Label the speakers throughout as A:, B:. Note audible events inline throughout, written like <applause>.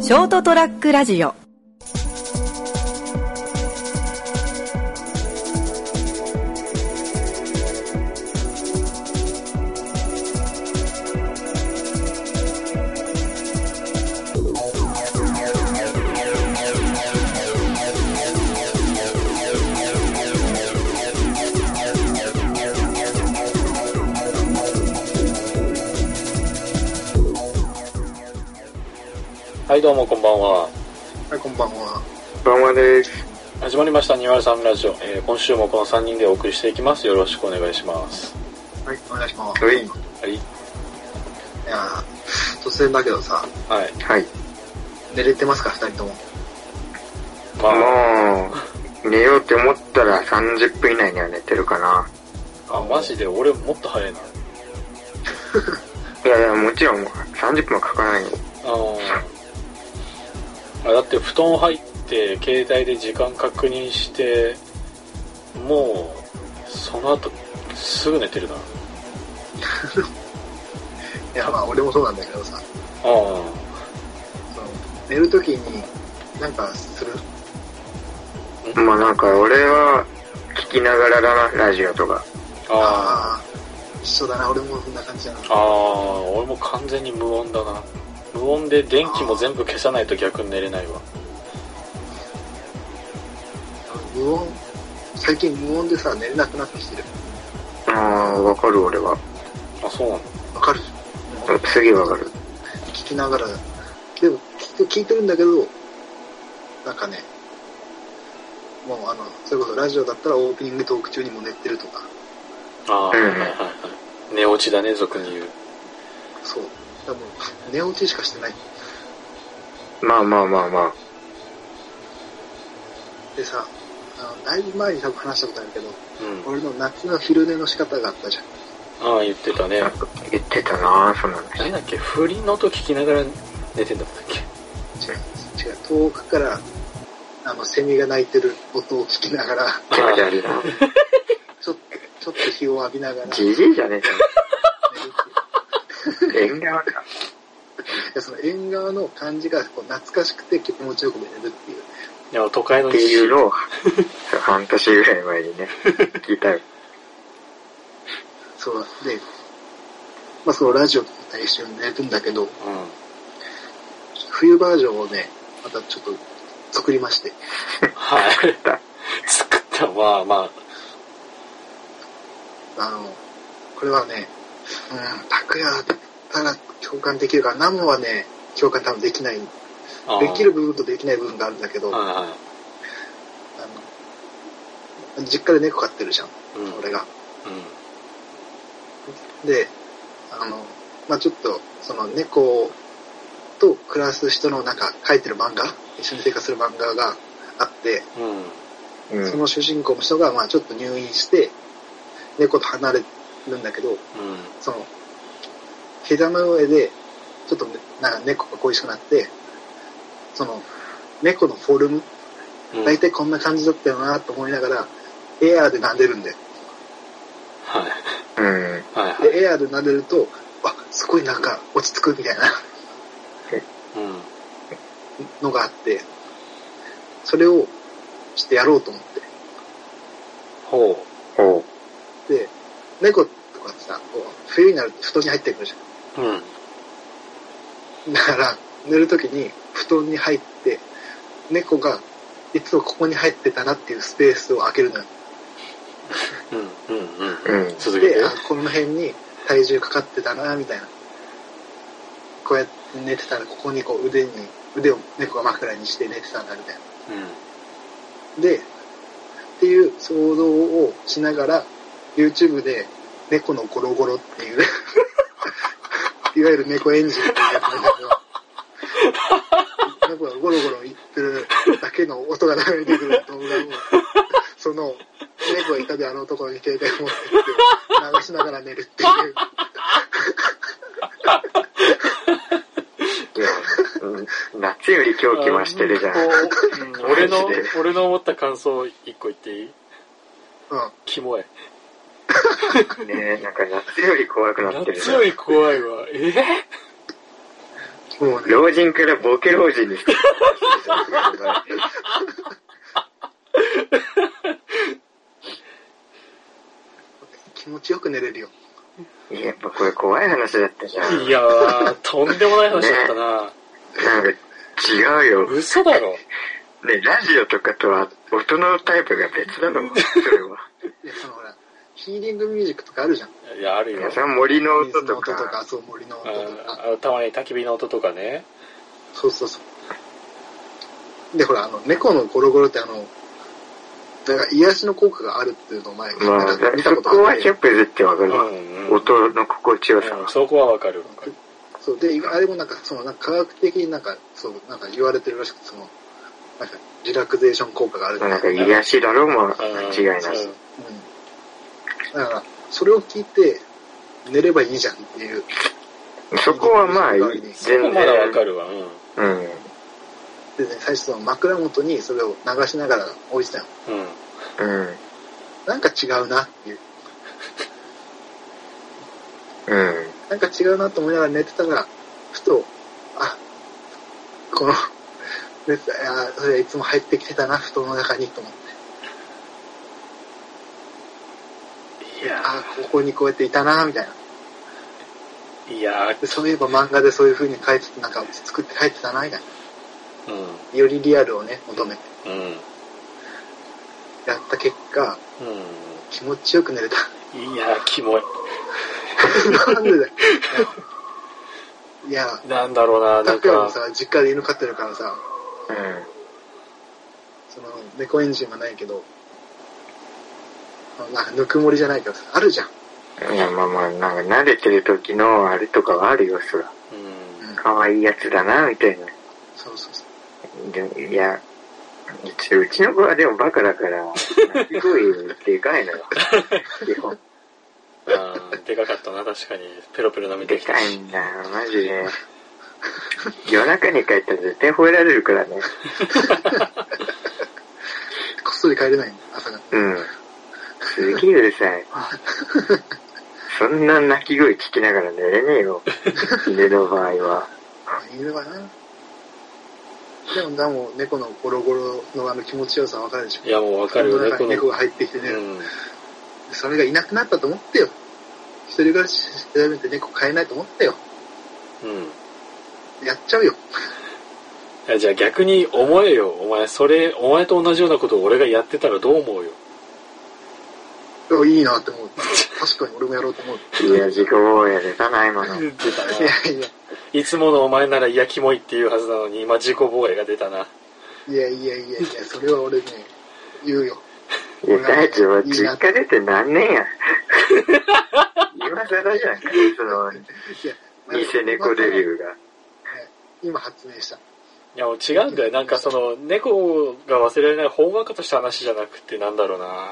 A: ショートトラックラジオ
B: はい、どうもこんばんは。
C: はい、こんばんは。
D: こんばんはです。
B: 始まりました、ニワルさんラジオ、えー今週もこの3人でお送りしていきます。よろしくお願いします。
C: はい、お願いします。
D: はい
C: い
B: はい。
C: やー突然だけどさ、
B: はい。
D: はい。
C: 寝れてますか、二人とも。
B: まあ、
D: もう、寝ようって思ったら30分以内には寝てるかな。
B: あマジで俺もっと早いな。
D: いやいや、もちろん30分はかからないよ。
B: あのーあだって布団入って、携帯で時間確認して、もう、その後、すぐ寝てるな。
C: いや、まあ、俺もそうなんだけどさ、
B: あ
C: その寝るときに、なんかする
D: まあなんか俺は聞きながらだな、ラジオとか。
B: あ。ああ。
C: あー一緒だな、俺もそんな感じだな。
B: ああ、俺も完全に無音だな。無音で電気も全部消さないと逆に寝れないわ。
C: 無音、最近無音でさ、寝れなくなってきてる。
D: ああ、わかる俺は。
B: あ、そうなの
C: わかる
D: うんすげえわかる。
C: 聞きながら、でも聞いて聞いてるんだけど、なんかね、もうあの、それこそラジオだったらオープニングトーク中にも寝てるとか、
B: ああ、は
D: う
B: い
D: ん
B: はいはい。寝落ちだね、俗に言う。
C: そう。多分、寝落ちしかしてない。
D: まあまあまあま
C: でさ、あのだいぶ前に多分話したことあるけど、
B: うん。
C: 俺の夏の昼寝の仕方があったじゃん。
B: ああ、言ってたね。
D: あ。言ってたなそんなの。
B: 何だっけ、振りの音聞きながら寝てんだったっけ。
C: 違う、違う、遠くから、あの、セミが鳴いてる音を聞きながら、
D: 気持ち悪いな。
C: ちょっと、ちょっと日を浴びながら寝る
D: じじいじゃね
C: って
D: えか。縁側か。
C: いういや、その縁側の感じがこう懐かしくて気持ちよく寝れるっていう。
B: いや、都会の
D: って
B: じ
D: い
B: じいう
C: <laughs>
D: のを、半年ぐらい前にね、聞いたよ。。
C: そう、で、まあそのラジオとか一緒に寝るんだけど、
B: うん。
C: 冬バージョンをね、またちょっと作りまして。
B: はい。作った作った。まあま
C: あの、これはね、うん、拓也だったら共感できるから、ナモはね、共感多分できない、で
B: あ。
C: きる部分とできない部分があるんだけど、あ
B: はいは
C: の、実家で猫飼ってるじゃん、
B: い。うん。
C: 俺が。
B: うん。
C: で、あの、まあちょっと、その猫と暮らす人のなんか書いてる漫画、一緒に生活する漫画があって、
B: うん。
D: うん。
C: その主人公の人がまあちょっと入院して、猫と離れるんだけど、
B: うん。
C: その、枝の上で、ちょっとね、なんか猫が恋しくなって、その、猫のフォルム、
B: うん。
C: 大体こんな感じだったよなと思いながら、エアーで撫でるんで。
B: はい。
D: うん。
B: はいはい。
C: で、エアーで撫でると、あ、すごいなんか落ち着くみたいな <laughs>
B: うん。
C: のがあって、それをしてやろうと思っ
B: ほ
D: おう。
C: て。で、猫とかってさ、こう冬になると布団に入ってくるじ
B: う。うん。
C: ゃん。だから、寝るときに布団に入って、猫がいつもここに入ってたなっていうスペースを開けるのよ。
B: うん。うん。うん。
D: うん。
B: 続けて
C: で、。あこの辺に体重かかってたな、みたいな。こうやって寝てたら、ここにこう腕に、腕を猫が枕にして寝てたな、みたいな。
B: う
C: で、っていう想像をしながら、YouTube で猫のゴロゴロっていう、 <laughs> いわゆる猫エンジンっていうやつなんだけど、猫がゴロゴロ言ってるだけの音が流れてくる動画を、その、猫がいたであのところに携帯を持ってって、流しながら寝るっていう。
D: いや、うん夏より今日来ましてるじゃん。
B: ん。こううん
D: <laughs>
B: 俺の、俺の思った感想一個言っていい
C: うん。
B: キモい。
D: ねえ、なんか夏より怖くなってるじ
B: 夏
D: ゃん
B: よ。り怖いわ。え
C: もうね、
D: 老人からボケ老人にして。
C: 気持ちよく寝れるよ。
D: いややっぱこれ怖い話だったじゃん。
B: いやー、とんでもない話だったな。
D: なんか違うよ。
B: 嘘だろ。
D: ね、ラジオとかとは音のタイプが別なのそれは。
C: いや、そのほら、ヒーリングミュージックとかあるじゃん。
B: いや、あるよ。
D: さ森の
C: 水
D: 音
C: の音
D: と
C: と
D: か
C: か、、そう、森の
B: あ
C: 音とか。
B: のあのたまに焚き火の音とかね。
C: そうそうそう。で、ほら、あの、猫のゴロゴロってあの、なんか癒しの効果があるっていうのを前に、
D: ま
C: な
D: あ
C: んか、見た
D: そ
C: こと
D: こ
C: あ
D: は
C: る。
D: 100譲ってわか
B: う
D: るわ。
B: ん、うん。
D: 音の心地よさ
B: うん
D: は。
B: そこはわかる。わかる
C: そう、で、あれもなんか、その、なんか科学的になんか、そう、なんか言われてるらしくて、その、なんか、リラクゼーション効果があるって
D: なんか癒しだろうも間違い
C: うん。
D: なし。
C: だから、それを聞いて、寝ればいいじゃんっていう。
D: そこはまあ、
B: そこ
D: 全然。
B: まだわかるわ。うん。
D: うん。
C: でね、最初その枕元にそれを流しながら置いてたよ。
B: うん。
D: うん。
C: なんか違うなっていう。
D: うん。
C: なんか違うなと思いながら寝てたら、ふと、あ、この、ねあそれいつも入ってきてたな、布団の中にと思って。
B: いや
C: あ、ここにこうやっていたな、みたいな。
B: ー、いやー、
C: でそういえば漫画でそういう風に書いてた、なんか作って書いてたな、みたい
B: うん。
C: な。よりリアルをね、求めて。
B: うん。
C: やった結果、
B: う
C: 気持ちよく寝れた。 <laughs>
B: ん。いやー、キモい。
C: なんでだよ。いや、
B: なんだろうな、な
C: タ
B: ん
C: クヤも
B: か。
C: さ、実家で犬飼ってるからさ、
D: うん。
C: その、猫エンジンはないけど、あのなんかぬくもりじゃないけどさ、あるじゃん。
D: いや、まあまあ、なんか慣れてる時のあれとかはあるよ、そら。
B: うん。
D: 可愛いやつだな、みたいな。
C: そうそうそう。
D: でいや、ちうちの子はでもバカだから、すごいでかいのよ。基本。
B: あーでかかったな、確かに。ペロペロ舐めて
D: で
B: きた
D: かい
B: し。
D: んだよ、マジで。夜中に帰ったら絶対吠えられるからね。
C: こっそり帰れないんだ、朝が。
D: うん。すげえうるさい。そんな泣き声聞きながら寝れねえよ。 <laughs> 寝の場合は。
C: 犬はな。でも、でも、猫のゴロゴロのあの気持ちよさわかるでしょ
B: い。や、もうわかるよ
C: 布団の
B: ね、
C: 中
B: こ
C: に猫
B: の。
C: が入ってきてね、
B: うん。
C: それがいなくなったと思ってよ。一人暮らししてめて猫飼えないと思ってよ。
B: うん。
C: やっちゃうよ。
B: いやじゃあ逆に思えよ。お前、それ、お前と同じようなことを俺がやってたらどう思うよ。
C: でもいいなって思う。確かに俺もやろうと思う。
D: いや、自己防衛出たな、今の。
B: 出た
C: い
B: な。
C: やいや、
B: いつものお前なら、いや、キモいって言うはずなのに、今、自己防衛が出たな。
C: いやいやいやいや、それは俺ね、言うよ。
D: いや、大地は実家出て何年
B: <laughs>
D: や。今更じゃんか、その、
C: いや、
D: 偽猫デビューが。
C: 今発明した。
B: いや、もう違うんだよ。なんかその、猫が忘れられないほんわかとした話じゃなくて、なんだろうな。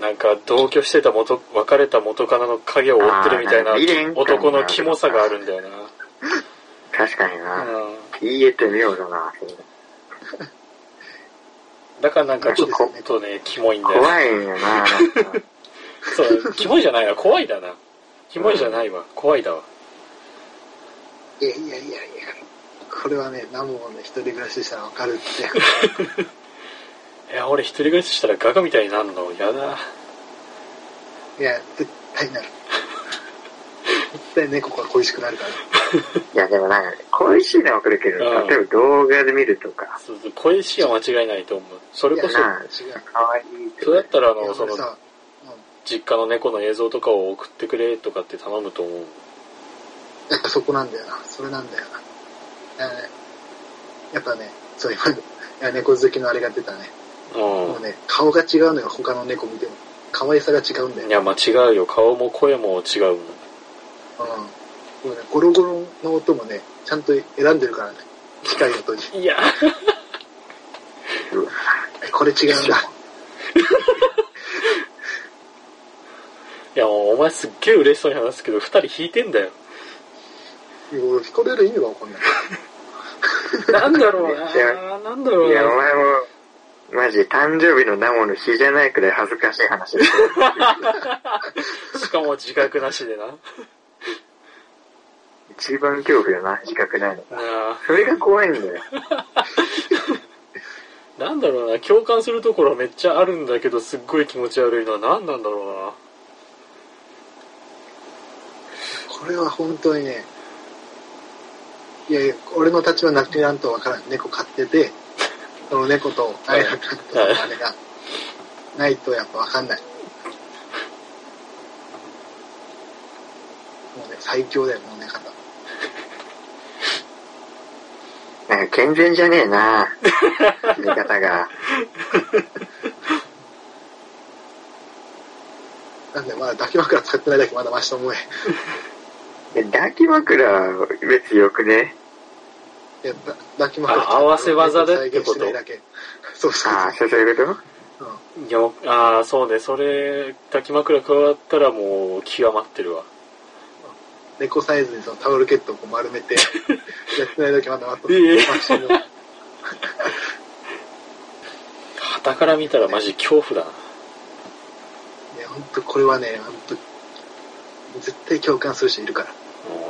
B: なんか、同居してた元、別れた元カノの影を追ってるみたい
D: あー未
B: な
D: 練、感
B: 男のキモさがあるんだよ
D: 確かに
B: な。
D: な。
B: うん。
D: 言えてみようだな。
B: だからなんかちょっとね、キモいんだよ。
D: 怖いんよな、
B: <laughs>
D: なんか。
B: そう、キモいじゃないな、怖いだな。キモいじゃないわ、怖いだわ。
C: いやいやいやいや、これはね、ナモの一人暮らししたらわかるって。
B: いや、俺一人暮らししたらガガみたいになるの、やだ。
C: いや、絶対なる。絶対猫が恋しくなるから。
D: いや、でもなんか、恋しいのはわかるけど、
B: うん
D: 例えば動画で見るとか、
B: そうそう恋しいは間違いないと思う。それこ
C: い
B: そ
C: や、違
D: な
C: う。
D: 可愛いと
B: それだったらあ
C: いや
B: の、そ
C: 俺
B: の、
C: さ、
B: 実家の猫の映像とかを送ってくれとかって頼むと思う。
C: うんやっぱそこなんだよな。それなんだよな。あのねやっぱね、そう今、いや猫好きのあれが出たね。もう
B: う
C: ね、顔が違うのよ、他の猫見ても。可愛さが違うんだ
B: ん。い
C: よね。
B: や、間違うよ。顔も声も違うもん。
C: うん。もうね、ゴロゴロの音もね、ちゃんと選んでるから
B: <laughs>
C: ね。近い音に。
B: いや、
C: これ違うんだ。
B: いやもうお前すっげえ嬉しそうに話すけど、二人引いてんだよ。
C: 俺、惹かれる意味がわかんない。
B: なんだろう
D: いや
B: ななんだろ
D: いうや、お
B: な
D: 前も、マジ、誕生日のナモの日じゃないくらい恥ずかしい話だよ
B: しかも自覚なしでな。
D: 一番恐怖だな、比較ないの。
B: な
D: それが怖いんだよ。
B: なんだろうな共感するところはめっちゃあるんだけどすっごい気持ち悪いのは何なんだろ
C: これは本当にね、いやいや、俺の立場になってやんとわからん。猫飼ってて、その猫と会えなかった
B: はい
C: あれが、ないとやっぱわかんない。もうね、最強だよ、もうね、方。
D: なんか健全じゃねえ
C: <laughs>
D: な見方が。
C: なんで、まだ抱き枕使ってないだけまだましと思え。
D: え抱き枕は別によくね。
C: いやだ抱き枕使って
B: あ合わせ技でってこと
C: 再現してないだけそうそう
D: ああ、そうそういうこ
C: そう。う
B: う
C: ん
B: ないやああそうねそれ抱き枕加わったらもう極まってるわ
C: 猫サイズにそのタオルケットをこう丸めて、やってないだけまだまと
B: ええ
C: ましと思え。
B: 傍から見たらマジ恐怖だな
C: ね、本当これはね、本当絶対共感する人いるから。
B: も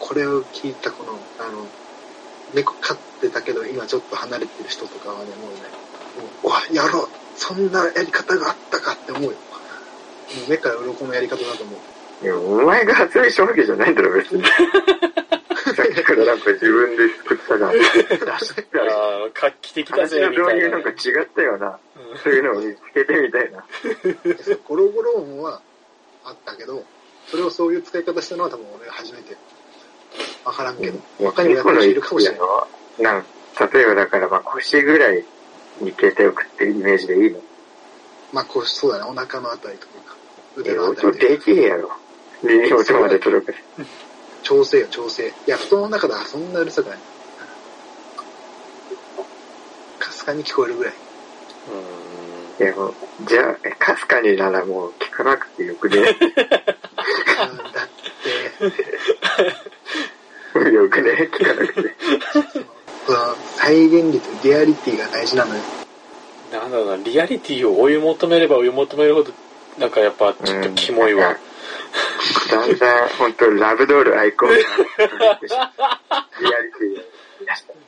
C: これを聞いたこの、あの、猫飼ってたけど今ちょっと離れてる人とかはね、もうね、もうわ、やろうそんなやり方があったかって思うよ。もう目から鱗のやり方だと思う。
D: とでもお前が発明したわけじゃないんだろ、別
C: <laughs>
D: に。さっきからなんか自分で作ったが、出し
B: う
D: たら、
B: あー画期的だ
D: 話
B: ぜ
D: の
B: みた
D: 導
B: い
D: 入
B: な
D: なんか違
B: ね
D: ったよな。
B: うん
D: そういうのを見つけてみたいな。
C: でその <laughs> ゴロゴロ音はあったけど、それをそういう使い方したのは多分俺初めて。わからんけど。他にもやってる人いるかもしれない。
D: い。なん例えばだから、まあ腰ぐらいに携帯をくってるイメージでいいの。
C: まあこう、そうだね、お腹のあたりとか、腕
D: え、
C: のあた
D: 音
C: りとか
D: できねえやろ。耳元まで届く。
C: 調整よ、調整。いや、布団の中だからそんなうるさくない。かすかに聞こえるぐらい。
D: いやもう、じゃあ、えかすかにならもう聞かなくてよくね。 <laughs>
C: うんだって、
D: よくね、聞か
B: <laughs>
D: なくて。
C: この再現率、リアリティが大事なのよ。
B: なんだろうなリアリティを追い求めれば追い求めるほどなんかやっぱちょっとキモいわ、
D: だんだん、本当ラブドールアイコンが、リアリテ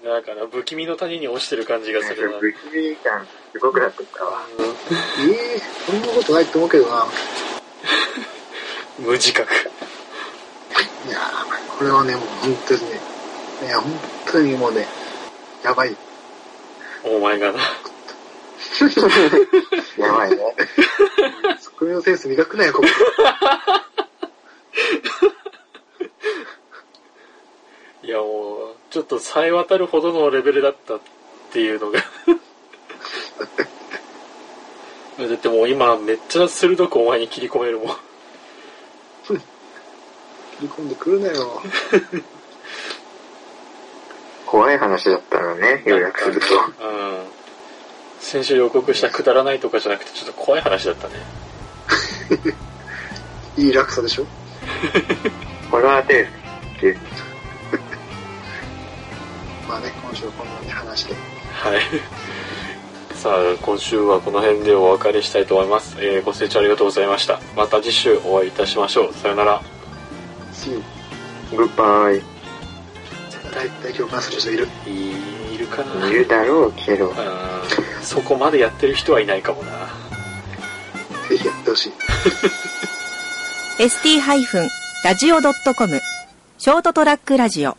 B: だから不気味の谷に落ちてる感じ
D: ィ
B: がするな、
D: 不気味感、すごくなってきたわ。
C: ええそんなことないと思うけどな。
B: 無自覚
C: いやーこれはね、もう本当にね、いや、本当にもうね、やばい。
B: お前がな
D: やばいね。
C: ツッコミのセンス磨くなよ、ここ。
B: いやもうちょっとさえ渡るほどのレベルだったっていうのが <laughs> だってもう今めっちゃ鋭くお前に切り込めるもん
C: 切り込んでくるなよ。
D: 怖い話だったのね、要約すると。
B: うん先週予告したくだらないとかじゃなくてちょっと怖い話だったね
C: いい落差でしょ
D: ホラーテイストっていう。
C: まあね、今週はこんなね、話して。
B: はい。 <laughs> さあ、今週はこの辺でお別れしたいと思います。えーご清聴ありがとうございました。また次週お会いいたしましょう。さよなら。
C: See you
D: グッバイ。
C: 大体共感する人いる。
B: いるかな
D: 見るだろうけど。
B: あーそこまでやってる人はいないかもな。
C: ぜひやってほしい。
A: ST-radio.com ショートトラックラジオ